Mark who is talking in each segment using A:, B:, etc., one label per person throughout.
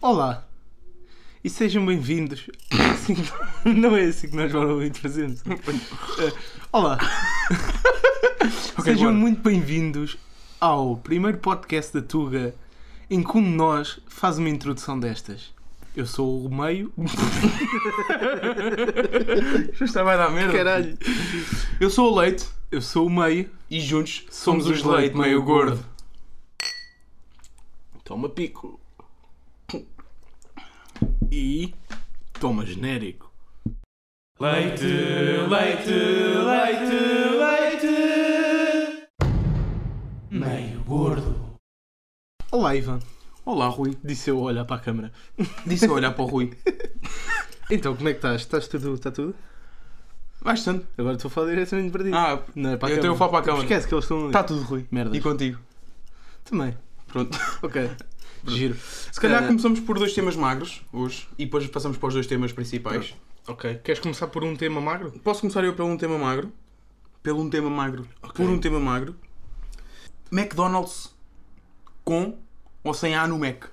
A: Olá e sejam bem-vindos. É assim que- Não é assim que nós normalmente fazemos. Eh, Olá,
B: Ok,
A: sejam
B: bora.
A: muito bem-vindos ao primeiro podcast da Tuga em que um de nós faz uma introdução destas. Eu sou o Romeio. Já está vai dar merda.
B: Caralho.
A: Eu sou o Leite, eu sou o Meio,
B: E juntos
A: somos, os Leite, Meio Gordo.
B: Toma pico.
A: E toma genérico.
B: Leite, leite, leite, leite. Meio gordo.
A: Olá, Ivan.
B: Olá, Rui.
A: Disse eu a olhar para a câmara.
B: Disse a olhar para o Rui.
A: Então, como é que estás? Estás tudo? Está tudo?
B: Bastante.
A: Agora estou a falar diretamente para ti.
B: Ah,
A: não é para a
B: eu tenho
A: câmara.
B: a falar para a câmara. Tá
A: Esquece que eles estão.
B: está tudo, Rui.
A: Merda.
B: E contigo.
A: Também.
B: Pronto.
A: Ok. Giro.
B: Se calhar
A: Eh,
B: começamos por dois temas magros hoje e depois passamos para os dois temas principais.
A: Ok. Queres começar por um tema magro?
B: Posso começar eu pelo um tema magro? Pelo um tema magro. Por um tema magro. McDonald's com ou sem A no Mac.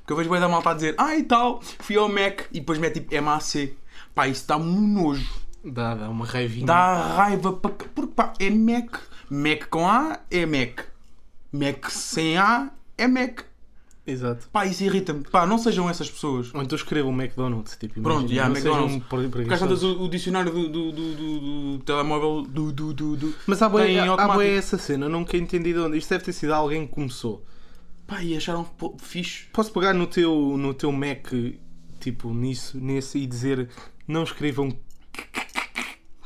B: Porque eu vejo bem da malta a dizer, ah e tal, fui ao Mac e depois mete tipo MAC. Pá, isso dá-me um nojo.
A: Dá, dá uma raivinha.
B: Dá raiva para. Porque pá, é Mac. Mac com A é Mac. Mac sem A é Mac.
A: Exato.
B: Pá, isso irrita-me. Pá, não sejam essas pessoas.
A: Ou então escreva um McDonald's, tipo,
B: Pronto, já,
A: não sejam
B: McDonald's.
A: pre-
B: Porque às tantas
A: preguiçosos.
B: o, o dicionário do, do, do, do- do telemóvel do, do, do, do-
A: Mas há boé
B: tem
A: há
B: automático.
A: boé essa cena, eu nunca entendi de onde. Isto deve ter sido alguém que começou.
B: Pá, e acharam pô, fixe.
A: Posso pegar no teu, no teu Mac, tipo, nisso, nesse, e dizer não escrevam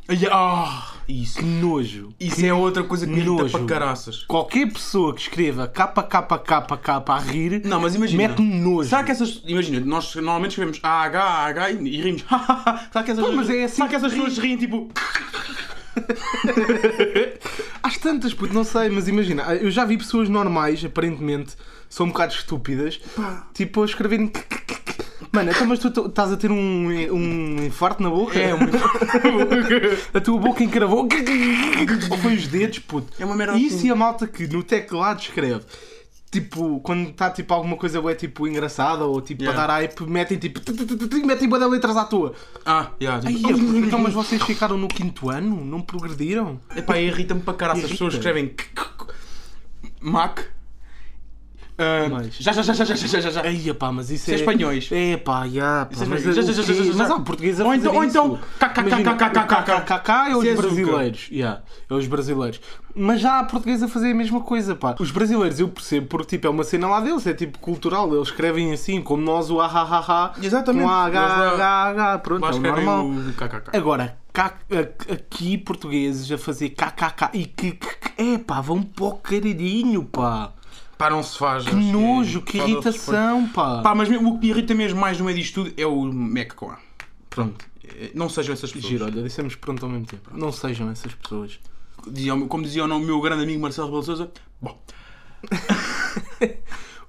B: Ai, Ah, isso.
A: que nojo.
B: Isso é outra coisa que me irrita
A: nojo.
B: para caraças.
A: Qualquer pessoa que escreva kkkk a rir,
B: Não, mas imagina.
A: mete-me um nojo.
B: Será que essas. Imagina, nós normalmente escrevemos AH, AH e, e rimos. Será que essas,
A: Pô, mas é assim
B: será que
A: que
B: essas pessoas riem tipo.
A: Às tantas, puto, não sei, mas imagina, ah, eu já vi pessoas normais, aparentemente, são um bocado estúpidas, tipo, a escreverem. Mano, então, mas tu t- estás a ter um, um infarto na boca?
B: É, um
A: A tua boca encravou. Ou foi os dedos, puto.
B: É uma merda
A: E isso
B: assim.
A: e a malta que no teclado escreve. Tipo, quando está tipo alguma coisa é tipo engraçada ou tipo
B: Yeah.
A: para dar hype, metem tipo. metem boa letras à toa.
B: Ah, já.
A: Ai,
B: tipo,
A: é, puto, então, mas vocês ficaram no quinto ano? Não progrediram?
B: Epá, irrita-me para caraças. As pessoas
A: Irrita.
B: escrevem. Mac. Ah,
A: Mais.
B: já, já, já, já, já, já, já, já.
A: Aí, pá, mas isso
B: é
A: é.
B: espanhóis.
A: É, pá, já, pá,
B: Isso é
A: mas,
B: espanhóis. Já,
A: o
B: já,
A: quê?
B: já, já, já.
A: mas há português a
B: Ou
A: fazer
B: então- ou
A: isso.
B: então, kkk,
A: Imagina,
B: kkk.
A: o kkk é
B: Isso é
A: os
B: Zuka.
A: brasileiros. Yeah, é os brasileiros. Mas já há português a fazer a mesma coisa, pá. Os brasileiros eu percebo porque, tipo, é uma cena lá deles, é tipo cultural. Eles escrevem assim, como nós o ahahaha.
B: Exatamente.
A: Com
B: Eles lá-
A: ahahaha, pronto,
B: Lá
A: é o
B: escrevem
A: normal. É,
B: o kkk.
A: Agora, cá- a- aqui portugueses a fazer kkk e que. que- É, pá, vão para o caradinho, pá.
B: Pá, não se faz. é
A: Que nojo, que irritação, pá.
B: Pá, mas mesmo- o que me irrita mesmo mais no meio disto tudo é o Mac com A.
A: Pronto.
B: Eh, Não sejam essas pessoas.
A: Giro, olha, dissemos pronto ao mesmo tempo. Não sejam essas pessoas.
B: Dizia o meu- como dizia o nome- o meu grande amigo Marcelo Rebelo de Sousa, bom,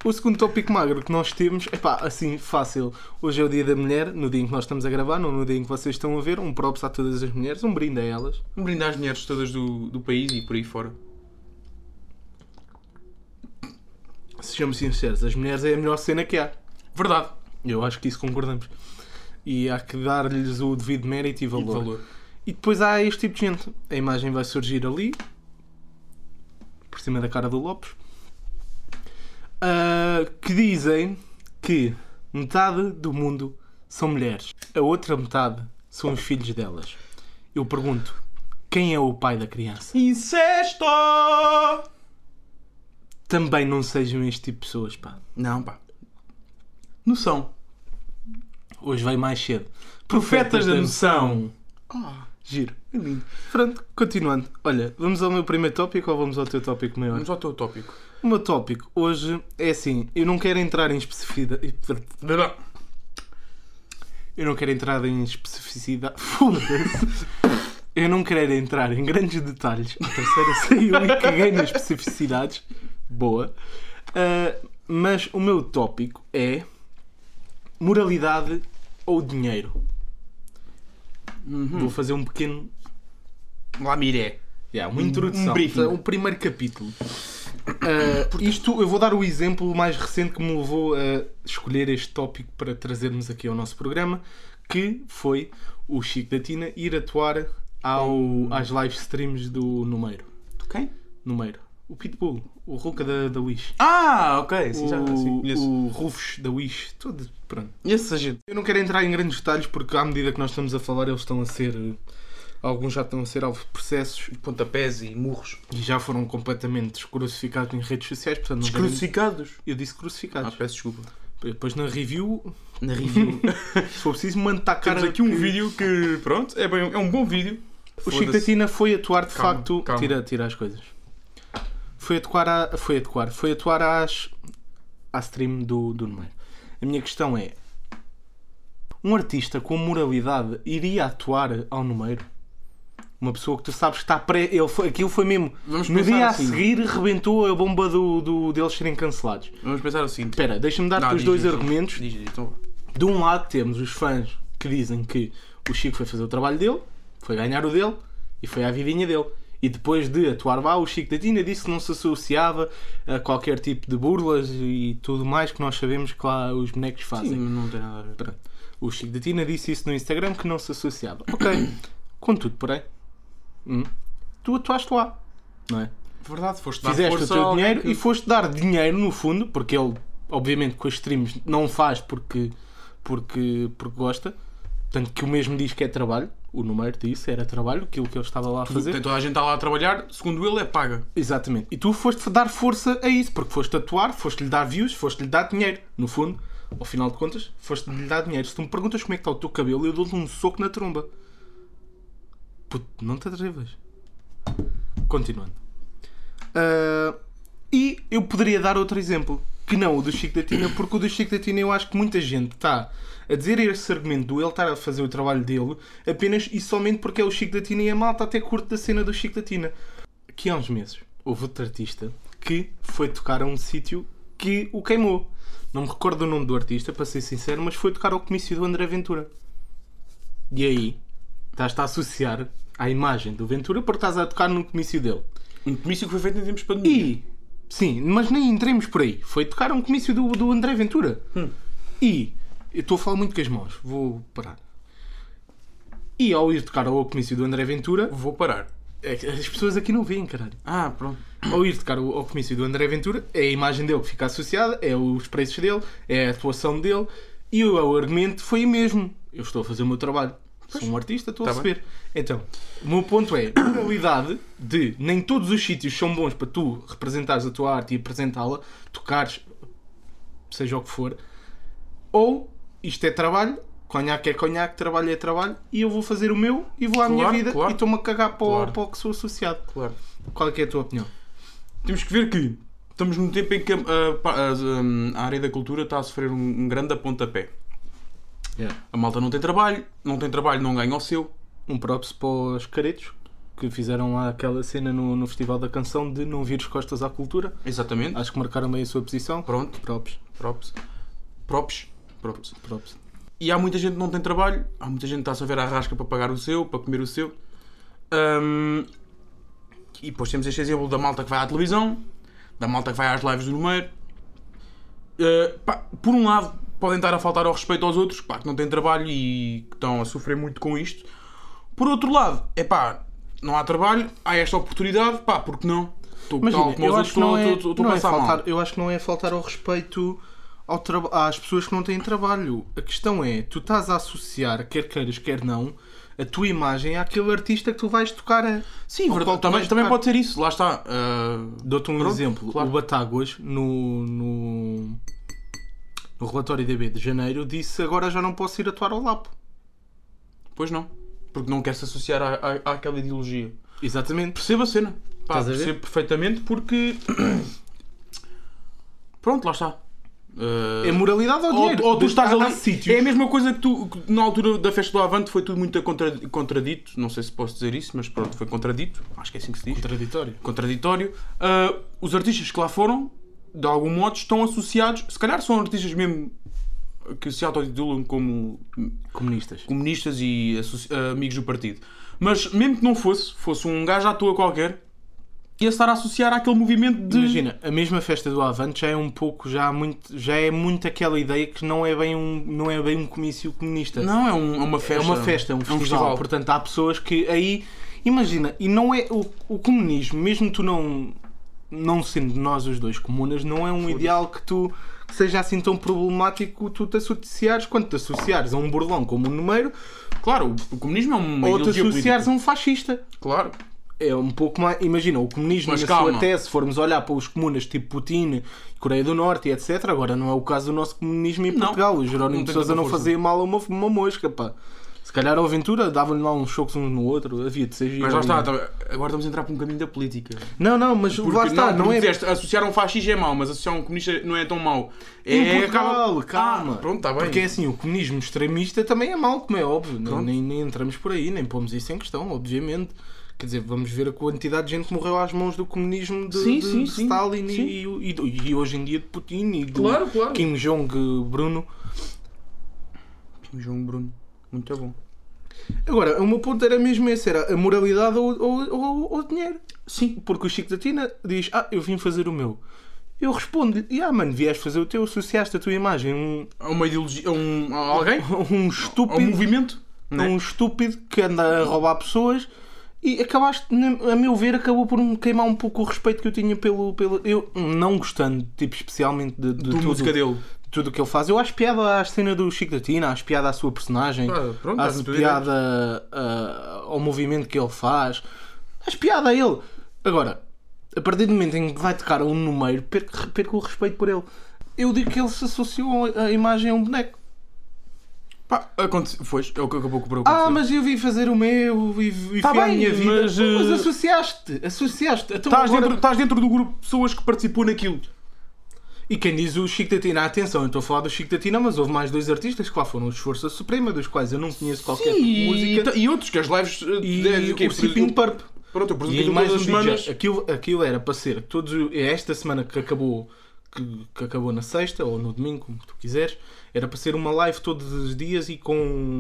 A: O segundo tópico magro que nós temos, epá, assim, fácil. Hoje é o dia da mulher, no dia em que nós estamos a gravar, não no dia em que vocês estão a ver. Um props a todas as mulheres, um brinde a elas.
B: vamos brindar as mulheres todas do, do país e por aí fora.
A: Sejamos sinceros, as mulheres é a melhor cena que há.
B: Verdade.
A: Eu acho que isso concordamos. E há que dar-lhes o devido mérito e
B: E de
A: valor.
B: valor.
A: E depois há este tipo de gente. A imagem vai surgir ali, por cima da cara do Lopes, ah, que dizem que metade do mundo são mulheres, a outra metade são os filhos delas. Eu pergunto, quem é o pai da criança?
B: Incesto!
A: Também não sejam este tipo de pessoas, pá.
B: Não, pá. Noção.
A: Hoje vai mais cedo.
B: Profetas da noção.
A: Ah. Giro.
B: É lindo.
A: Pronto, continuando. Olha, vamos ao meu primeiro tópico ou vamos ao teu tópico maior?
B: Vamos ao teu tópico.
A: O meu tópico hoje é assim, eu não quero entrar em especificidade. Eu não quero entrar em especificidade. Foda-se! Eu não quero entrar em grandes detalhes. A terceira saiu e caguei nas especificidades. Boa. Ah, mas o meu tópico é moralidade ou dinheiro. Vou fazer um pequeno
B: Lá miré.
A: Yeah, uma introdução.
B: briefing.
A: Um primeiro capítulo. Ah, isto eu vou dar o exemplo mais recente que me levou a escolher este tópico para trazermos aqui ao nosso programa, que foi o Chico da Tina ir atuar ao, às live streams do Numeiro.
B: De quem?
A: Numeiro. O Pitbull, o Ruka da, da Wish.
B: Ah, ok. Sim,
A: o,
B: já, sim, conheço.
A: o Rufus da Wish, tudo, pronto.
B: Conheço a gente.
A: Eu não quero entrar em grandes detalhes porque à medida que nós estamos a falar eles estão a ser, eh, alguns já estão a ser alvo de processos
B: Pontapés e murros.
A: e já foram completamente descrucificados em redes sociais, portanto não devem-
B: Descrucificados.
A: Eu disse crucificados.
B: Ah, peço desculpa.
A: Depois na review,
B: Na review.
A: se for preciso, mando a cara
B: Temos aqui um
A: que-
B: vídeo que, pronto, é, bem- é um bom vídeo.
A: O Chico
B: Foda-se.
A: da Tina foi atuar de
B: Calma,
A: facto.
B: calma.
A: Tira, tira as coisas. Foi atuar, a, foi atuar, foi atuar às, à stream do, do Numeiro. A minha questão é: um artista com moralidade iria atuar ao Numeiro? Uma pessoa que tu sabes que está pré. Ele foi, aquilo foi mesmo.
B: Vamos
A: no
B: pensar
A: dia
B: assim.
A: a seguir rebentou a bomba do, do, deles serem cancelados.
B: Vamos pensar o seguinte.
A: Espera, deixa-me dar-te
B: Não,
A: os
B: diz,
A: dois
B: diz,
A: argumentos.
B: Diz, diz, então vá.
A: De um lado temos os fãs que dizem que o Chico foi fazer o trabalho dele, foi ganhar o dele e foi à vidinha dele. E depois de atuar lá, o Chico da Tina disse que não se associava a qualquer tipo de burlas e tudo mais que nós sabemos que lá os bonecos fazem.
B: Sim, não tem nada a ver.
A: Pronto. O Chico da Tina disse isso no Instagram que não se associava. Ok. Contudo, porém, hum, tu atuaste lá, não é?
B: Verdade, foste dar
A: fizeste o
B: força a
A: teu
B: alguém
A: dinheiro
B: que-
A: e foste dar dinheiro no fundo, porque ele, obviamente, com os streams não faz porque, porque, porque gosta. Tanto que o mesmo diz que é trabalho, o número disse era trabalho, aquilo que ele estava lá a fazer.
B: Tem toda a gente está lá a trabalhar, segundo ele, é paga.
A: Exatamente. E tu foste dar força a isso, porque foste atuar, foste-lhe dar views, foste-lhe dar dinheiro. No fundo, ao final de contas, foste-lhe dar dinheiro. Se tu me perguntas como é que está o teu cabelo, eu dou-te um soco na tromba. Puto, não te atrevas. Continuando. Ah, e eu poderia dar outro exemplo, que não o do Chico da Tina, porque o do Chico da Tina eu acho que muita gente está a dizer esse argumento do ele estar a fazer o trabalho dele apenas e somente porque é o Chico da Tina e a malta até curte da cena do Chico da Tina que há uns meses houve outro artista que foi tocar a um sítio que o queimou. Não me recordo o nome do artista, para ser sincero, mas foi tocar ao comício do André Ventura. E aí, estás-te a associar à imagem do Ventura porque estás a tocar no comício dele.
B: Um comício que foi feito em tempos de pandemia.
A: E, sim, mas nem entremos por aí. Foi tocar a um comício do, do André Ventura. E, eu estou a falar muito com as mãos, vou parar. E ao ir tocar ao comício do André Ventura,
B: Vou parar.
A: é que as pessoas aqui não veem, caralho.
B: Ah, pronto.
A: ao ir tocar ao ao comício do André Ventura, é a imagem dele que fica associada, é os preços dele, é a atuação dele e o, o argumento foi o mesmo. Eu estou a fazer o meu trabalho. Sou um artista, estou a
B: Tá
A: receber. Então, o meu ponto é a moralidade de nem todos os sítios são bons para tu representares a tua arte e apresentá-la, tocares, seja o que for, ou isto é trabalho, conhaque é conhaque, trabalho é trabalho, e eu vou fazer o meu e vou à minha
B: Claro,
A: vida
B: claro.
A: e estou-me a cagar para, o-
B: Claro.
A: para o que sou associado.
B: Claro.
A: Qual é que é a tua opinião?
B: Temos que ver que estamos num tempo em que ah, pá, ah, hum, a área da cultura está a sofrer um, um grande apontapé. A malta não tem trabalho, não tem trabalho, não ganha o seu.
A: um props para os caretos que fizeram lá aquela cena no, no Festival da Canção de não vires costas à cultura.
B: Exatamente.
A: Acho que marcaram bem a sua posição.
B: Pronto.
A: Props,
B: Props. Props. Props.
A: props.
B: E há muita gente que não tem trabalho, há muita gente que está a ver a rasca para pagar o seu, para comer o seu. Ahm, e depois temos este exemplo da malta que vai à televisão, da malta que vai às lives do número. Ah, pá, por um lado, podem estar a faltar ao respeito aos outros, pá, que não têm trabalho e que estão a sofrer muito com isto. Por outro lado, é pá, não há trabalho, há esta oportunidade, pá, porque não? Estou
A: Imagina, eu acho que não é,
B: estou
A: não
B: a
A: é
B: pensar mal.
A: faltar, eu acho que não é faltar ao respeito ao traba- às pessoas que não têm trabalho. A questão é, tu estás a associar, quer queiras, quer não, a tua imagem àquele artista que tu vais tocar a...
B: Sim,
A: ao qual
B: verdade,
A: tu
B: também,
A: vais
B: também
A: tocar.
B: pode ser isso, lá está. ah,
A: Dou-te um
B: Pronto,
A: exemplo.
B: claro.
A: O Batáguas, no, no, no relatório DB de janeiro, disse agora já não posso ir atuar ao Lapo.
B: Pois não. Porque não quer se associar à, à, àquela ideologia.
A: Exatamente.
B: Percebo a cena. Pá,
A: Estás a ver?
B: percebo perfeitamente porque. Pronto, lá está. Uh,
A: É moralidade ou
B: ou,
A: dinheiro?
B: ou tu estás
A: Há- há
B: ali.
A: sítios.
B: É a mesma coisa que tu. que na altura da festa do Avante foi tudo muito contra- contradito. Não sei se posso dizer isso, mas pronto, foi contradito. Acho que é assim que se diz.
A: contraditório.
B: contraditório. Ah, os artistas que lá foram, de algum modo, estão associados. Se calhar são artistas mesmo que se autotitulam como
A: Comunistas.
B: comunistas eh, e associ- ah, amigos do partido. Mas mesmo que não fosse, fosse um gajo à toa qualquer, ia estar a associar àquele movimento de.
A: Imagina, a mesma festa do Avante já é um pouco, já, há muito, já é muito aquela ideia que não é bem um, não é bem um comício comunista.
B: Não, é, um- é uma festa.
A: É uma festa, é um festival. Portanto, há pessoas que aí. Imagina, e não é. O, o comunismo, mesmo tu não. Não sendo nós os dois comunas, não é um ideal que tu. que seja assim tão problemático tu te associares. Quando te associares a um burlão como o Numeiro,
B: Claro, o, o comunismo é uma
A: ou te
B: ideologia
A: associares
B: política.
A: a um fascista.
B: Claro.
A: É um pouco mais. Imagina, o comunismo,
B: Mas
A: na
B: calma.
A: sua tese, se formos olhar para os comunas tipo Putin, Coreia do Norte e etc. Agora não é o caso do nosso comunismo em
B: Não.
A: Portugal. O Jerónimo
B: Não
A: de
B: tem
A: Sousa
B: tanta
A: não
B: força.
A: fazia mal a uma, uma mosca, pá. Se calhar ao Ventura davam-lhe lá uns chocos uns no outro, havia de ser giro,
B: Mas lá está,
A: não é?
B: tá- agora estamos a entrar para um caminho da política.
A: Não, não, mas
B: Porque
A: lá está, não,
B: porque
A: é.
B: disseste, associar um fascista é mau, mas associar um comunista não é tão mau. É
A: Em Portugal,
B: acaba-
A: calma.
B: Ah, pronto, está bem.
A: Porque é assim, o comunismo extremista também é mau, como é óbvio. Não-
B: Pronto.
A: nem, nem entramos por aí, nem pomos isso em questão, obviamente. Quer dizer, vamos ver a quantidade de gente que morreu às mãos do comunismo de,
B: Sim,
A: de
B: sim, sim.
A: Stalin e-
B: Sim.
A: E, e- e hoje em dia de Putin e do
B: Claro, claro.
A: Kim Jong-Bruno. assim.
B: João é um Bruno, muito bom.
A: Agora, o meu ponto era mesmo esse: era a moralidade ou, ou, ou- ou o dinheiro. Sim. Porque o Chico da Tina diz: Ah, eu vim fazer o meu. Eu respondo-lhe: Ah, mano, vieste fazer o teu, associaste a tua imagem a um,
B: Há É uma ideologia, há um, há alguém,
A: a um
B: Há um
A: estúpido.
B: movimento.
A: a
B: não é?
A: um estúpido que anda a roubar pessoas e acabaste, na- a meu ver, acabou por me queimar um pouco o respeito que eu tinha pelo. pelo eu não gostando, tipo, especialmente de, de
B: Do
A: tudo,
B: música dele.
A: de tudo o que ele faz. Eu acho piada à cena do Chico da Tina, acho piada à sua personagem,
B: Ah, pronto,
A: acho
B: acho tudo
A: piada ah, ao movimento que ele faz, acho piada a ele. Agora, a partir do momento em que vai tocar a um número, perco, perco o respeito por ele. Eu digo que ele se associou à imagem a um boneco.
B: Pá, aconteceu. Ah, Foi, é o que acabou por acontecer.
A: Ah, mas eu vim fazer o meu e, e
B: Tá
A: fui à
B: bem,
A: minha vida.
B: mas,
A: Então, Mas,
B: eh,
A: associaste, associaste. Então,
B: Estás,
A: agora-
B: dentro, estás dentro do grupo de pessoas que participou naquilo.
A: E quem diz o Chico da Tina, atenção, eu estou a falar do Chico da Tina, mas houve mais dois artistas que lá foram os Força Suprema, dos quais eu não conheço qualquer tipo
B: e, então,
A: música.
B: e outros, que as lives. eh,
A: E,
B: de- que é,
A: o Cipim Purp.
B: Pronto, eu presumo
A: E
B: que
A: mais um
B: todas as semanas.
A: DJ. Aquilo, aquilo era para ser todos, o- é esta semana que acabou, que, que acabou na sexta ou no domingo, como tu quiseres, era para ser uma live todos os dias e com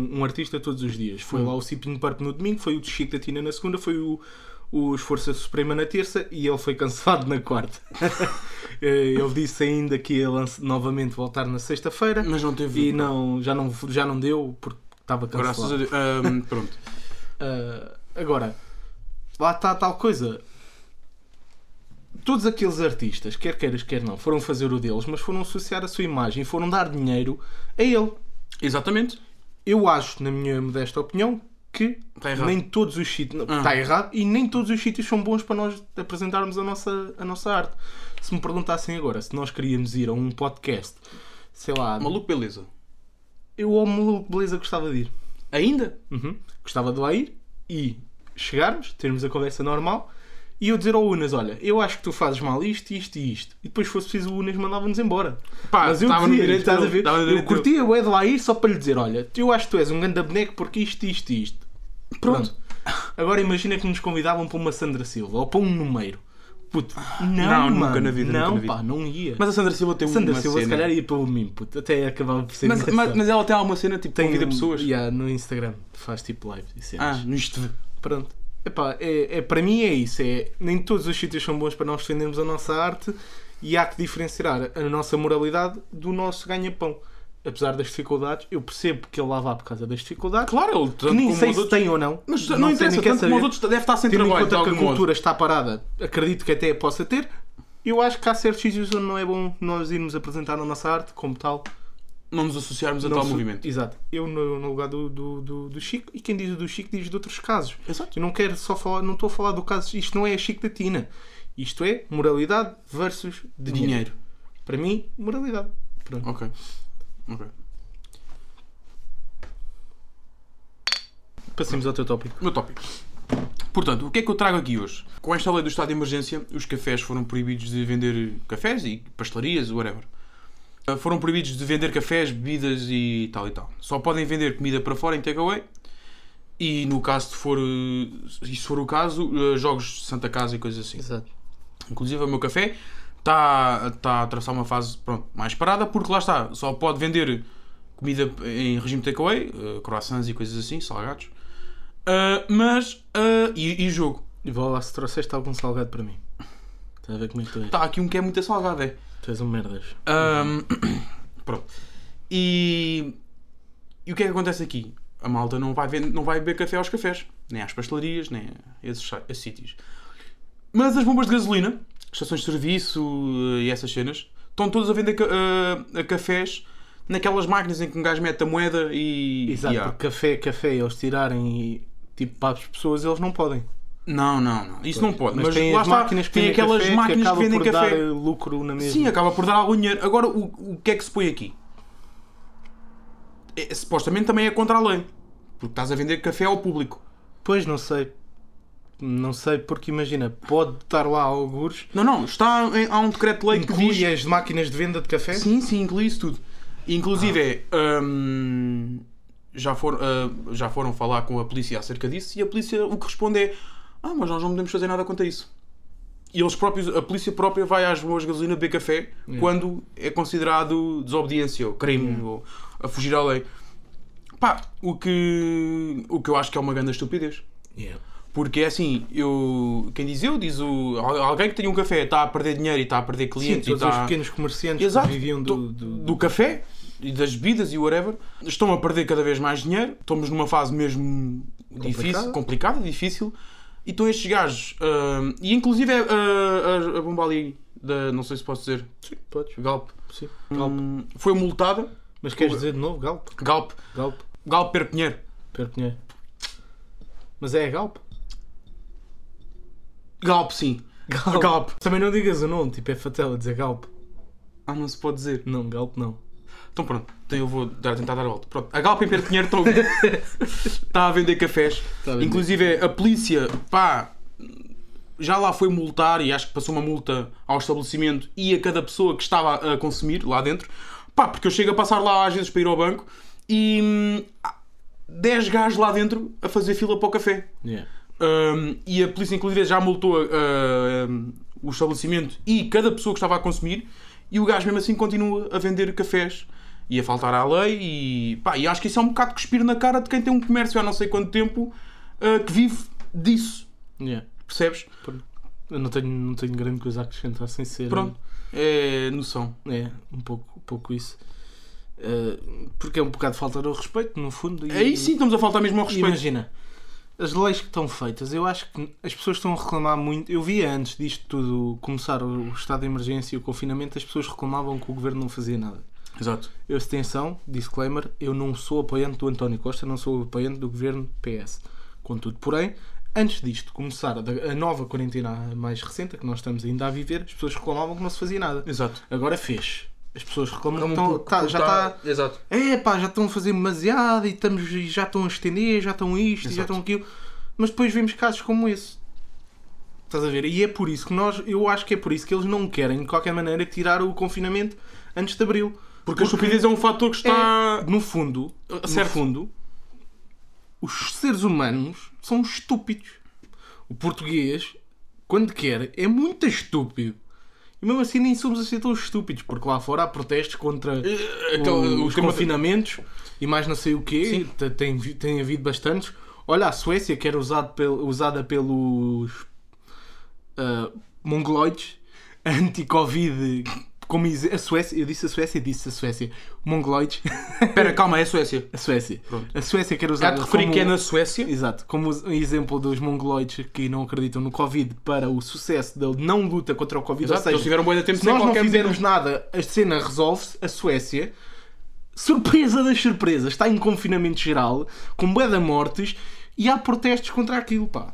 A: um artista todos os dias.
B: Hum.
A: Foi lá o Cipinho Park no domingo, foi o de Chico da Tina na segunda, foi o, os Força Suprema na terça e ele foi cancelado na quarta. Eh, ele disse ainda que ia lance- novamente voltar na sexta-feira
B: Mas não teve.
A: e não, já, não, já não deu porque estava cancelado.
B: Graças a Deus. Ahm, pronto.
A: Ah, agora, lá está tal coisa. Todos aqueles artistas, quer queiras, quer não, foram fazer o deles, mas foram associar a sua imagem, foram dar dinheiro a ele.
B: Exatamente.
A: Eu acho, na minha modesta opinião, que
B: Está Tá errado.
A: nem todos os sítios
B: Ah.
A: está errado e nem todos os sítios são bons para nós apresentarmos a nossa, a nossa arte. Se me perguntassem agora se nós queríamos ir a um podcast, sei lá,
B: Maluco, beleza.
A: eu ao Maluco Beleza gostava de ir.
B: Ainda?
A: Uhum. Gostava de lá ir e chegarmos, termos a conversa normal e eu dizer ao Unas: Olha, eu acho que tu fazes mal isto, isto e isto. E depois, se fosse preciso, o Unas mandava-nos embora.
B: Pá,
A: Mas eu
B: estava no
A: dizia,
B: direito
A: estás a
B: dele,
A: ver?
B: estava no
A: Eu
B: direito
A: curtia o Ed lá ir só para lhe dizer: Olha, eu acho que tu és um ganda boneco porque isto, isto e isto. Pronto. Agora imagina que nos convidavam para uma Sandra Silva ou para um número. Puto, não,
B: Ah, Não, nunca
A: mano,
B: na vida, nunca
A: Não,
B: na vida.
A: pá, não ia.
B: Mas a Sandra Silva tem
A: Sandra
B: uma
A: Silva,
B: cena.
A: se calhar, ia pelo mim, puto. Até acabava por ser
B: mas, mas,
A: engraçado.
B: mas ela tem alguma cena tipo tem convida
A: um-
B: pessoas.
A: yeah, no Instagram, faz tipo live e cenas.
B: Ah, no isto.
A: Pronto. Epá, é, é, para mim é isso. É, nem todos os sítios são bons para nós defendermos a nossa arte e há que diferenciar a nossa moralidade do nosso ganha-pão. Apesar das dificuldades, eu percebo que ele lá vá por causa das dificuldades.
B: Claro, ele tanto
A: que nem
B: como
A: sei
B: os
A: se
B: outros-
A: tem ou não.
B: Mas não,
A: sei,
B: interessa,
A: nem quero
B: tanto como os
A: saber.
B: outros deve estar sem
A: Tendo em
B: trabalho.
A: conta
B: de
A: que a
B: algum modo.
A: cultura está parada, acredito que até a possa ter, eu acho que há certos sítios onde não é bom nós irmos apresentar a nossa arte como tal.
B: Não nos associarmos a
A: Não
B: tal
A: se-
B: movimento.
A: Exato. Eu no, no lugar do, do, do, do Chico, e quem diz do Chico diz de outros casos.
B: Exato.
A: Eu não quero só falar, não estou a falar do caso, isto não é a Chico da Tina. Isto é moralidade versus dinheiro.
B: Dinheiro.
A: Para mim, moralidade. Pronto.
B: Ok. Ok.
A: Passemos ao teu tópico.
B: Meu tópico. Portanto, o que é que eu trago aqui hoje? Com esta lei do estado de emergência, os cafés foram proibidos de vender cafés e pastelarias, whatever. Ah, Foram proibidos de vender cafés, bebidas e tal e tal. Só podem vender comida para fora em takeaway. E no caso, se for, eh, e se for o caso, eh, jogos de Santa Casa e coisas assim.
A: Exato.
B: Inclusive, o meu café está está a atravessar uma fase pronto, mais parada, porque lá está, só pode vender comida em regime takeaway, eh, croissants e coisas assim, salgados. Ah, mas, ah, e, e jogo.
A: E vá lá se trouxeste algum salgado para mim. Estás a ver como é que tu és?
B: Está aqui um que é muito salgado, é.
A: Tu és um merdas.
B: Ahm, pronto. E, e o que é que acontece aqui? A malta não vai, vend- não vai beber café aos cafés, nem às pastelarias, nem a esses, sa- a sítios. Mas as bombas de gasolina, estações de serviço eh, e essas cenas, estão todas a vender ca- eh, a cafés naquelas máquinas em que um gajo mete a moeda e.
A: Exato,
B: e há.
A: porque café é café, eles tirarem e tipo para as pessoas, eles não podem.
B: Não, não, não. Isso não pode. Mas,
A: tem
B: lá
A: as
B: está,
A: máquinas que
B: tem
A: vendem
B: aquelas
A: café que
B: máquinas que,
A: acabam
B: vendem
A: por
B: café.
A: dar eh, lucro na mesma.
B: Sim, acaba por dar algum dinheiro. Agora, o, o que é que se põe aqui? É, supostamente também é contra a lei. Porque estás a vender café ao público.
A: Pois não sei. Não sei porque imagina, pode estar lá algures.
B: Não, não. Está, em- há um decreto-lei que
A: Inclui
B: diz...
A: as máquinas de venda de café?
B: Sim, sim, inclui isso tudo. Inclusive é... hum, já, for, ah, já foram falar com a polícia acerca disso e a polícia o que responde é Ah, mas nós não podemos fazer nada contra isso. E eles próprios, a polícia própria vai às boas de gasolina beber café quando é considerado desobediência ou crime ou a fugir à lei. Pá, o que, o que eu acho que é uma grande estupidez.
A: Yeah.
B: Porque é assim, eu, quem diz eu, diz o, al- alguém que tem um café está a perder dinheiro e está a perder
A: Sim,
B: clientes e
A: todos os
B: está...
A: pequenos comerciantes
B: Exato.
A: que viviam do, do-
B: do café e das bebidas e whatever, estão a perder cada vez mais dinheiro. Estamos numa fase mesmo difícil, complicada, difícil. E estão estes gajos. ah, e inclusive ah, a, a bomba ali, da, não sei se posso dizer,
A: Sim, podes.
B: Galp,
A: Sim.
B: hum, foi multada.
A: Mas queres dizer de novo Galp?
B: Galp,
A: Galp.
B: Galp Perpinheiro.
A: Perpinheiro. Mas é a Galp?
B: Galp, sim.
A: Galp. Também não digas o nome, tipo é fatela dizer Galp.
B: Ah, não se pode dizer.
A: Não, Galp não.
B: Então pronto, então eu vou dar, tentar dar a volta. Pronto, a Galp em Pedro Pinheiro estão- está a vender cafés.
A: Está a vender.
B: Inclusive a polícia, pá, já lá foi multar e acho que passou uma multa ao estabelecimento e a cada pessoa que estava a consumir lá dentro. Pá, porque eu chego a passar lá às vezes para ir ao banco e hum, há 10 gajos lá dentro a fazer fila para o café.
A: Yeah.
B: Hum, e a polícia, inclusive, já multou ah, hum, o estabelecimento e cada pessoa que estava a consumir. E o gajo, mesmo assim, continua a vender cafés e a faltar à lei. E, pá, e acho que isso é um bocado cuspir na cara de quem tem um comércio há não sei quanto tempo ah, que vive disso.
A: Yeah.
B: Percebes?
A: Eu não tenho, não tenho grande coisa a acrescentar sem ser.
B: Pronto. É noção.
A: É, um pouco, um pouco isso. Eh, porque é um bocado falta de respeito, no fundo. e-
B: Aí sim estamos a faltar mesmo ao respeito.
A: Imagina, as leis que estão feitas, eu acho que as pessoas estão a reclamar muito. Eu via antes disto tudo começar o estado de emergência e o confinamento, as pessoas reclamavam que o governo não fazia nada.
B: Exato.
A: Eu, atenção, disclaimer, eu não sou apoiante do António Costa, não sou apoiante do governo PS. Contudo, porém, antes disto começar a da- a nova quarentena mais recente, a que nós estamos ainda a viver, as pessoas reclamavam que não se fazia nada.
B: Exato.
A: Agora fez. As pessoas reclamam que
B: Um
A: estão-
B: pouco,
A: tá, já está.
B: tá- Exato.
A: É pá, já estão a fazer demasiado e, estamos, e já estão a estender, já estão isto, e já estão aquilo. Mas depois vemos casos como esse. Estás a ver? E é por isso que nós, eu acho que é por isso que eles não querem de qualquer maneira tirar o confinamento antes de abril.
B: Porque a estupidez é um fator que está.
A: É, no fundo, no
B: Certo.
A: fundo, os seres humanos são estúpidos. O português, quando quer, é muito estúpido. E mesmo assim nem somos assim tão estúpidos, porque lá fora há protestos contra
B: aquele-
A: o-
B: Eh, então, o
A: os
B: tema-
A: confinamentos e mais não sei o quê. Te- Tem, vi- tem havido bastantes. Olha, a Suécia, que era usado pel- usada pelos ah, mongoloides anti-Covid. Como is- a Suécia, eu disse a Suécia, disse a Suécia. Mongoloides,
B: Espera, calma, é a Suécia.
A: a Suécia. A Suécia quer usar
B: Já te referi que
A: um-
B: é na Suécia.
A: Exato, como us- um exemplo dos mongoloides que não acreditam no Covid para o sucesso da não luta contra o Covid,
B: Exato,
A: ou
B: eles
A: seja,
B: tiveram bué de tempo
A: se
B: sem
A: nós não
B: qualquer medida.
A: fizermos nada, a cena resolve-se, a Suécia, surpresa das surpresas, está em confinamento geral, com bué de mortes e há protestos contra aquilo, pá.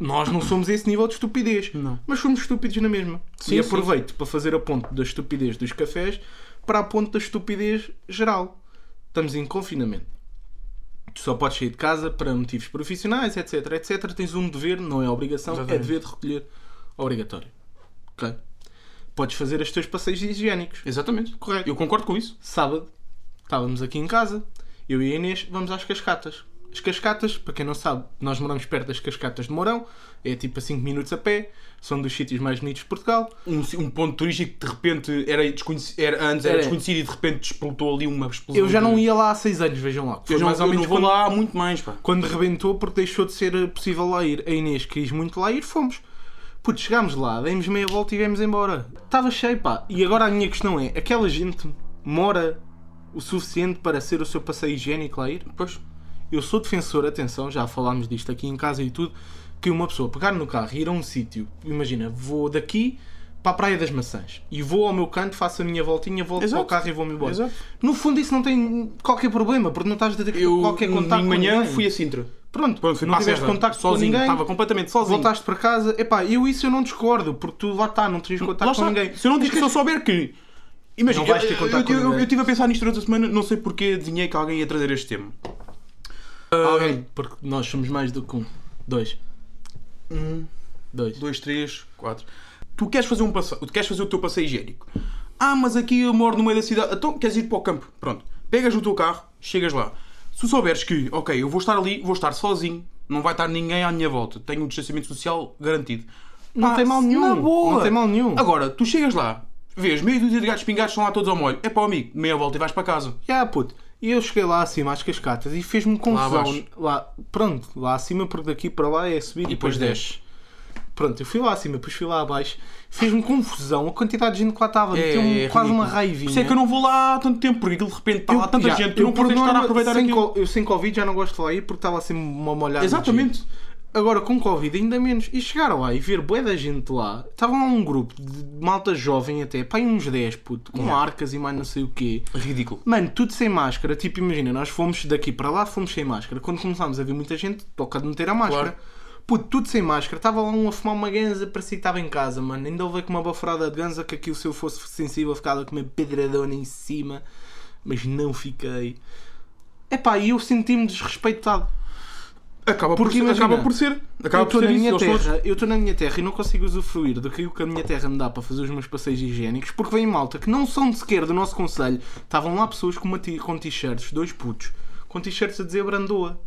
A: Nós não somos esse nível de estupidez,
B: Não.
A: mas somos estúpidos na mesma.
B: Sim,
A: e
B: sim.
A: aproveito para fazer a ponte da estupidez dos cafés para a ponte da estupidez geral. Estamos em confinamento. Tu só podes sair de casa para motivos profissionais, etc, etc. Tens um dever, não é obrigação, é
B: Exatamente.
A: dever de recolher obrigatório. Ok? Podes fazer os teus passeios higiênicos.
B: Exatamente.
A: Correto.
B: Eu concordo com isso.
A: Sábado, estávamos aqui em casa, eu e a Inês, vamos às cascatas. as cascatas, para quem não sabe, nós moramos perto das cascatas de Mourão, é tipo a 5 minutos a pé, são dos sítios mais bonitos de Portugal.
B: Um, um ponto turístico que de repente era, desconheci- era- antes era,
A: Era.
B: desconhecido e de repente despoltou ali uma explosão.
A: Eu já não
B: de-
A: ia lá há 6 anos, vejam lá. Foi
B: Eu, já,
A: mais ou menos
B: não vou
A: quando,
B: lá há muito mais, pá.
A: quando rebentou porque deixou de ser possível lá ir. A Inês quis muito lá ir, fomos. Putz, chegámos lá, demos meia volta e viemos embora. Estava cheio, pá. E agora a minha questão é, aquela gente mora o suficiente para ser o seu passeio higiênico lá ir?
B: Pois.
A: Eu sou defensor, atenção, já falámos disto aqui em casa e tudo, que uma pessoa pegar no carro e ir a um sítio, imagina, vou daqui para a Praia das Maçãs e vou ao meu canto, faço a minha voltinha, volto
B: Exato.
A: para o carro e vou-me embora.
B: Exato.
A: No fundo, isso não tem qualquer problema, porque não estás a ter
B: Eu
A: qualquer
B: um
A: contato
B: domingo de
A: com
B: manhã
A: ninguém.
B: fui a Sintra.
A: Pronto,
B: Pronto, fui
A: não
B: para a
A: tiveste
B: serra,
A: contacto
B: sozinho.
A: com ninguém,
B: Estava completamente sozinho.
A: voltaste para casa. Epá, eu isso eu não discordo, porque tu lá está, não terias
B: Lá
A: contacto
B: está.
A: com ninguém.
B: Se eu não digo, se eu souber que. Imagina,
A: Não vais
B: eu-
A: ter contacto com
B: eu- eu- eu
A: ninguém.
B: estive a pensar nisto durante a semana, não sei porque adivinhei que alguém ia trazer este tema.
A: Alguém, porque nós somos mais do que um. Dois.
B: Um,
A: Dois.
B: 2, 3, 4. Tu queres fazer um passeio, tu queres fazer o teu passeio higiênico. Ah, mas aqui eu moro no meio da cidade. Então queres ir para o campo. Pronto. Pegas o teu carro, chegas lá. Se tu souberes que, ok, eu vou estar ali, vou estar sozinho, não vai estar ninguém à minha volta, tenho um distanciamento social garantido.
A: Não tem mal nenhum,
B: na boa.
A: não tem mal nenhum.
B: Agora, tu chegas lá, vês meio dúzia de gatos pingados estão lá todos ao molho. É para o amigo, meia volta e vais para casa.
A: Ya, puto. E eu cheguei lá acima às cascatas e fez-me confusão.
B: abaixo.
A: Lá, pronto, lá acima, porque daqui para lá é subir e,
B: E depois
A: desce.
B: desces.
A: Pronto, eu fui lá acima, depois fui lá abaixo. Fez-me confusão a quantidade de gente que lá estava.
B: É,
A: Meteu-me
B: é
A: quase uma
B: ridículo.
A: raivinha.
B: Por isso é que eu não vou lá há tanto tempo, porque aquilo de repente está lá tanta
A: já,
B: gente, tu não
A: por
B: podes estar a
A: norma,
B: aproveitar
A: sem
B: aquilo.
A: co- Eu sem Covid já não gosto de lá ir porque estava assim uma molhada. de
B: Exatamente.
A: gente. Agora com Covid ainda menos. E chegaram lá e ver bué da gente lá. Estavam lá um grupo de malta jovem até, pá, aí uns 10, puto, com arcas e mais não sei o quê.
B: Ridículo.
A: Mano, tudo sem máscara. Tipo, imagina, nós fomos daqui para lá, fomos sem máscara. Quando começámos a ver muita gente, toca de meter a máscara.
B: Claro.
A: Puto, tudo sem máscara. Estava lá um a fumar uma ganza, parecia que estava em casa, mano. Ainda levei com uma baforada de ganza que aquilo se eu fosse sensível ficava com uma pedradona em cima. Mas não fiquei. Epá, e eu senti-me desrespeitado.
B: Acaba
A: Porque
B: por ser,
A: imagina,
B: acaba por ser. Acaba
A: eu estou
B: por ser
A: na
B: isso,
A: minha
B: eles todos.
A: terra, eu estou na minha terra e não consigo usufruir do que o que a minha terra me dá para fazer os meus passeios higiênicos, porque vem malta que não são de sequer do nosso conselho. Estavam lá pessoas com uma ti- com t-shirts, dois putos, com t-shirts a dizer Brandoa.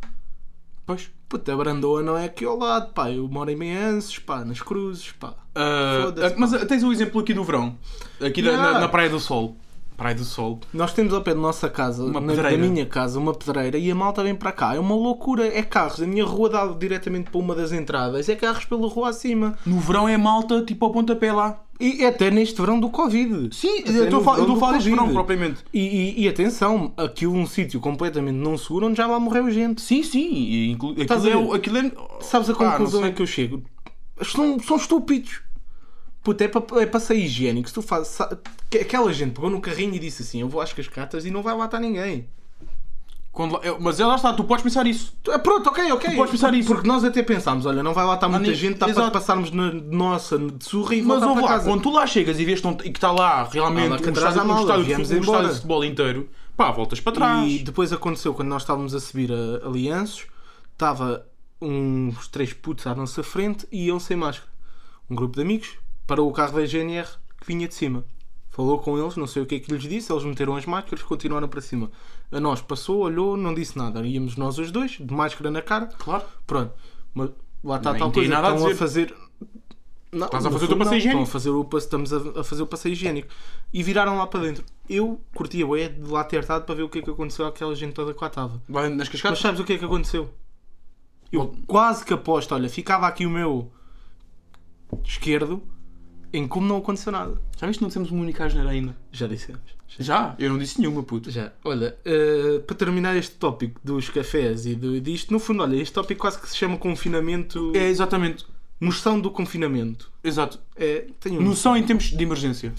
B: Pois.
A: Puta, a Brandoa não é aqui ao lado, pá. Eu moro em Meances, pá, nas Cruzes, pá.
B: Ah,
A: Foda-se,
B: ah, mas ah, tens o exemplo aqui do verão. Aqui da-
A: Yeah.
B: na, na Praia do Sol. Praia do Sol.
A: Nós temos ao pé da nossa casa,
B: Uma
A: na- da
B: pedreira.
A: minha casa, uma pedreira e a malta vem para cá. É uma loucura, é carros. A minha rua dá diretamente para uma das entradas, é carros pela rua acima.
B: No verão é malta, tipo ao pontapé lá.
A: E até neste verão do Covid.
B: Sim,
A: Até
B: eu estou
A: no
B: a falar- eu
A: verão
B: estou a
A: do
B: falar deste
A: Covid.
B: verão propriamente.
A: E, e- e atenção, aquilo é um sítio completamente não seguro onde já lá morreu gente.
B: Sim, sim. E inclu...
A: Estás
B: aquilo,
A: a
B: é,
A: ver?
B: o- aquilo é.
A: Sabes a
B: Pá, não
A: conclusão
B: sei.
A: a que eu chego? São, são estúpidos. Puta, é para é para ser higiênico. Se tu fazes, sa- que- aquela gente pegou no carrinho e disse assim: Eu vou às cascatas e não vai matar ninguém.
B: Quando lá- eu- Mas é, lá está, tu podes pensar isso.
A: Tu- ah, Pronto, ok, ok.
B: Tu podes pensar isso.
A: Porque nós até pensámos: Olha, não vai lá estar muita
B: nem-
A: gente, dá para
B: exato.
A: passarmos na nossa de surra e
B: Mas
A: voltar
B: ouve
A: para
B: lá,
A: casa.
B: quando tu lá chegas e vês que não- e que está lá realmente
A: Ah, lá que
B: um
A: atrás
B: estádio,
A: há
B: um
A: mala,
B: estádio,
A: viemos
B: de, um estádio
A: embora.
B: de futebol inteiro, pá, voltas para trás.
A: E depois aconteceu quando nós estávamos a subir a Alianços, estava uns três putos à nossa frente e iam sem máscara. Um grupo de amigos parou o carro da GNR que vinha de cima. Falou com eles, não sei o que é que lhes disse, eles meteram as máscaras, continuaram para cima. A nós passou, olhou, não disse nada. Íamos nós os dois, de máscara na cara.
B: Claro.
A: Pronto. Mas lá está
B: Nem
A: tal
B: tem
A: coisa.
B: nada a
A: Estão a,
B: dizer.
A: fazer. Não,
B: Estás a
A: no
B: fazer o teu
A: fundo,
B: passeio
A: não.
B: higiênico.
A: Estão a fazer o passe- Estamos a, a fazer o passeio higiênico. E viraram lá para dentro. Eu curtia bué de lá ter estado para ver o que é que aconteceu àquela gente toda que lá estava.
B: Lá nas cascadas.
A: Mas sabes o que é que aconteceu? Eu quase que aposto, olha, ficava aqui o meu esquerdo em como não aconteceu nada.
B: Já viste que não temos uma única asneira ainda?
A: Já dissemos.
B: Já? Eu não disse nenhuma, puta.
A: Já, olha, eh, para terminar este tópico dos cafés e do, disto, no fundo, olha, este tópico quase que se chama confinamento.
B: É, exatamente.
A: Noção do confinamento.
B: Exato.
A: É, tenho noção.
B: Noção em tempos de emergência.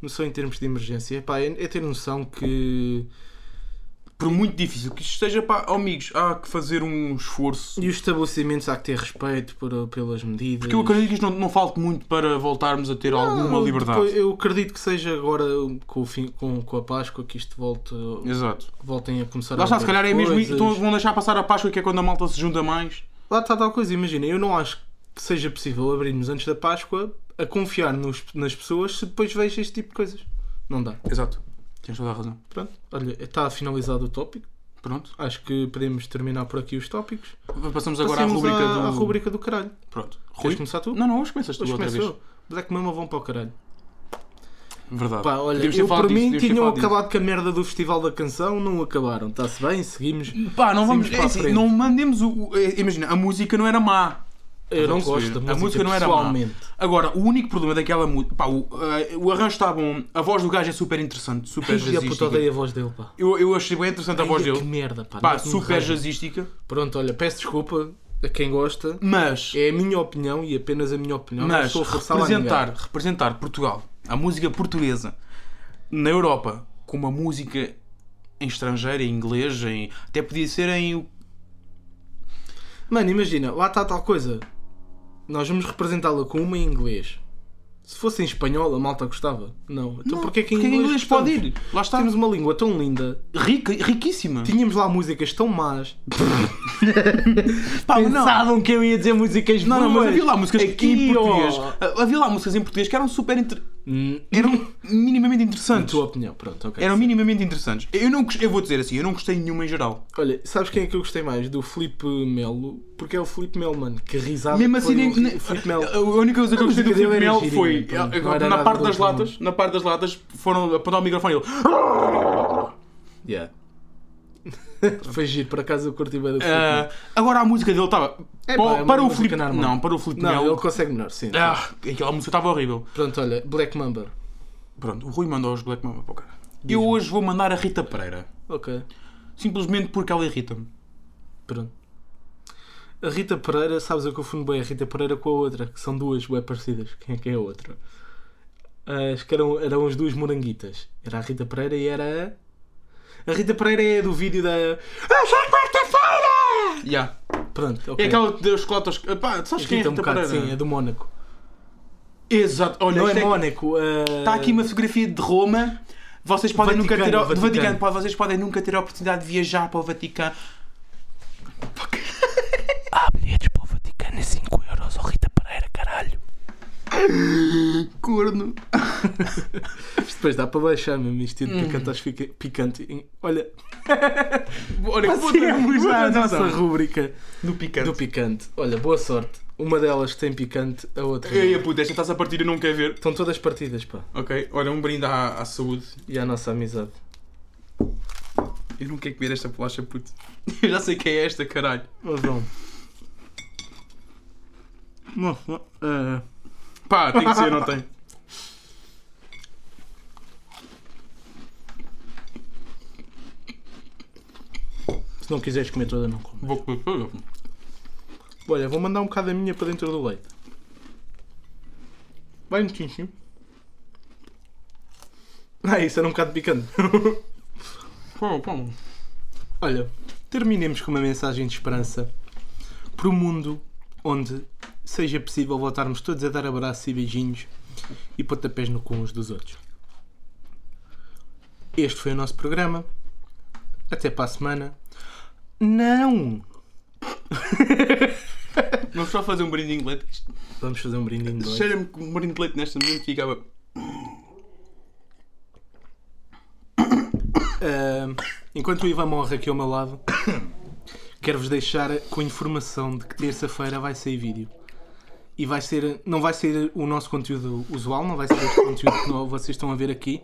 A: noção em termos de emergência. Epá, é, é ter noção que.
B: Por muito difícil que isto esteja, pá, ó, amigos, há que fazer um esforço.
A: E os estabelecimentos há que ter respeito por- pelas medidas.
B: Porque eu acredito que isto não, não falte muito para voltarmos a ter alguma
A: Ah,
B: liberdade.
A: depois- eu acredito que seja agora com, o fim, com, com a Páscoa que isto volte,
B: Exato.
A: voltem a começar
B: Lá
A: a
B: está,
A: haver
B: se calhar é mesmo.
A: coisas.
B: Então vão deixar passar a Páscoa, que é quando a malta se junta mais.
A: Lá está tal coisa, imagina, eu não acho que seja possível abrirmos antes da Páscoa a confiar nos- nas pessoas se depois vejo este tipo de coisas. Não dá.
B: Exato. Tens toda a razão.
A: Pronto, olha, está finalizado o tópico.
B: Pronto.
A: Acho que podemos terminar por aqui os tópicos.
B: Passamos agora
A: Passemos
B: à rubrica
A: à,
B: do.
A: à rubrica do caralho.
B: Pronto.
A: Queres
B: Rui?
A: começar tu?
B: Não, não, hoje começas tu
A: Hoje
B: outra
A: começo
B: vez.
A: eu. Black Mama é vão para o caralho.
B: Verdade.
A: Pá, olha,
B: Podíamos ter
A: eu
B: falado
A: por
B: disso,
A: mim
B: podíamos ter
A: tinham
B: falado disso.
A: acabado com a merda do Festival da Canção, não acabaram. Está-se bem, seguimos.
B: Pá, não
A: Seguimos
B: vamos.
A: para
B: é
A: a
B: assim,
A: frente.
B: não mandemos o. o- é, Imagina, a música não era má.
A: Eu não
B: Estás a
A: gosto da
B: perceber?
A: música,
B: A música não era má.
A: pessoalmente.
B: Agora, o único problema daquela música. Pá, o, eh, o arranjo está bom, a voz do gajo é super interessante, super
A: E a puta
B: jazzística.
A: odeia a voz dele, pá.
B: Eu, eu achei bem interessante a voz
A: Ai, Que
B: dele.
A: merda, pá.
B: Pá,
A: Mete-me
B: super
A: raiva.
B: jazzística.
A: Pronto, olha, peço desculpa a quem gosta.
B: Mas,
A: É a minha opinião e apenas a minha opinião. não
B: mas
A: estou a forçá-la a
B: representar,
A: ninguém.
B: representar Portugal, a música portuguesa, na Europa, com uma música em estrangeira, em inglês, em, até podia ser em.
A: Mano, imagina, lá está tal coisa. Nós vamos representá-la com uma em inglês. Se fosse em espanhol, a malta gostava. Não. Então porquê que em
B: Porque
A: inglês,
B: pode
A: gostamos?
B: ir? Lá está.
A: Temos Tipo uma língua tão linda.
B: Rica, riquíssima.
A: Tínhamos lá músicas tão más.
B: Pá, mas não.
A: que eu ia dizer músicas
B: Não, não, mas havia lá músicas em
A: Aqui, ó. Hum.
B: português. Ah, Havia lá músicas em português que eram super inter- eram minimamente interessantes.
A: Tua opinião, pronto, ok.
B: Eram minimamente interessantes. Eu não gos- eu vou dizer assim, eu não gostei de nenhuma em geral.
A: Olha, sabes quem é que eu gostei mais? Do Felipe Melo, porque é o Felipe Melo, mano. Que risada.
B: Mesmo
A: que foi um
B: assim, nem-
A: o Filipe-
B: nem-
A: Filipe Melo.
B: a única coisa que
A: A
B: eu gostei
A: música
B: do
A: dele
B: Filipe
A: era
B: Melo
A: girinha,
B: foi
A: pronto,
B: eh,
A: não era
B: na
A: nada
B: parte
A: do
B: das
A: outro
B: latas, na parte das latas foram apontar o microfone e ele "Ah".
A: Yeah. Foi giro, por acaso eu curti bem do Filipe Melo.
B: Ah, agora a música dele estava
A: É,
B: pa-
A: pá, é uma
B: para o
A: música
B: Filipe
A: normal.
B: não, para o Filipe
A: Não,
B: Melo.
A: ele consegue melhor, sim.
B: Ah, aquela música estava horrível.
A: Pronto, olha, Black Mamba.
B: Pronto, o Rui mandou os Black Mamba para o cara. Eu hoje vou mandar a Rita Pereira,
A: Ok,
B: simplesmente porque ela irrita-me.
A: pronto. A Rita Pereira, sabes eu confundo bem a Rita Pereira com a outra, que são duas bem parecidas. Quem é que é a outra? Acho que eram, eram as duas moranguitas. Era a Rita Pereira e era a. A Rita Pereira é do vídeo da. Ah, já é quarta-feira!
B: Yeah.
A: Pronto,
B: É
A: ok.
B: aquela que deu os colatas. Pá, sabes quem é a
A: Rita um
B: Rita
A: bocado,
B: Pereira?
A: sim, é do Mónaco.
B: Exato, olha,
A: Não
B: isto
A: é
B: é-
A: Mónaco.
B: Está aqui uma fotografia de Roma. Vocês podem nunca ter
A: Vaticano,
B: a... do Vaticano,
A: Vaticano.
B: pá, vocês podem nunca ter a oportunidade de viajar para o Vaticano.
C: Ah, bilhetes para o Vaticano é 5 euros, ó Rita Pereira, caralho.
B: Corno.
A: Isto Depois dá para baixar mesmo isto
B: Hum.
A: de picante aos fica- picante. Olha,
B: Olha,
A: passemos
B: podemos
A: é à
B: a
A: nossa
B: nossa
A: rúbrica
B: do picante.
A: do picante. Olha, boa sorte. Uma delas tem picante, a outra. não.
B: Ei, a puta, esta está-se a partir e não quer ver.
A: Estão todas partidas, pá.
B: Ok, olha, um brinde à, à saúde.
A: E à nossa amizade.
B: Eu não quero comer esta bolacha, puto. Eu já sei que é esta, caralho.
A: Mas vamos. Nossa, é.
B: Pá, tem que ser, não tem?
A: Se não quiseres comer toda, não comes.
B: Vou comer.
A: Olha, vou mandar um bocado da minha para dentro do leite. Vai um no chinchinho. Ah, isso era um bocado picante.
B: Pá, pá.
A: Olha, terminemos com uma mensagem de esperança para o mundo onde seja possível voltarmos todos a dar abraços e beijinhos e pontapés no cu uns dos outros. Este foi o nosso programa. Até para a semana. Não!
B: Vamos só fazer um brinde de leite. Isto-
A: Vamos fazer um brinde de noite.
B: Cheira-me que um brinde de leite nesta noite ficava.
A: Ahm, Ah, enquanto o Ivan morre aqui ao meu lado, quero-vos deixar com a informação de que terça-feira vai sair vídeo. E vai ser, não vai ser o nosso conteúdo usual, não vai ser este conteúdo que no- vocês estão a ver aqui.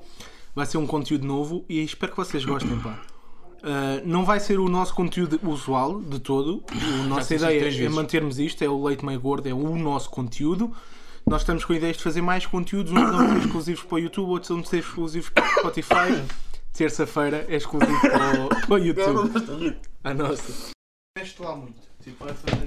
A: Vai ser um conteúdo novo e espero que vocês gostem, pá. Ah, não vai ser o nosso conteúdo usual de todo. A nossa
B: disse isto
A: ideia
B: três
A: é
B: vezes.
A: mantermos isto, é o leite meio gordo, é o nosso conteúdo. Nós estamos com ideias de fazer mais conteúdos, uns vão ser exclusivos para o YouTube, outros vão ser exclusivos para o Spotify. Terça-feira é exclusivo para o, para o YouTube. A nossa. Mexe lá muito. Tipo, vai fazer.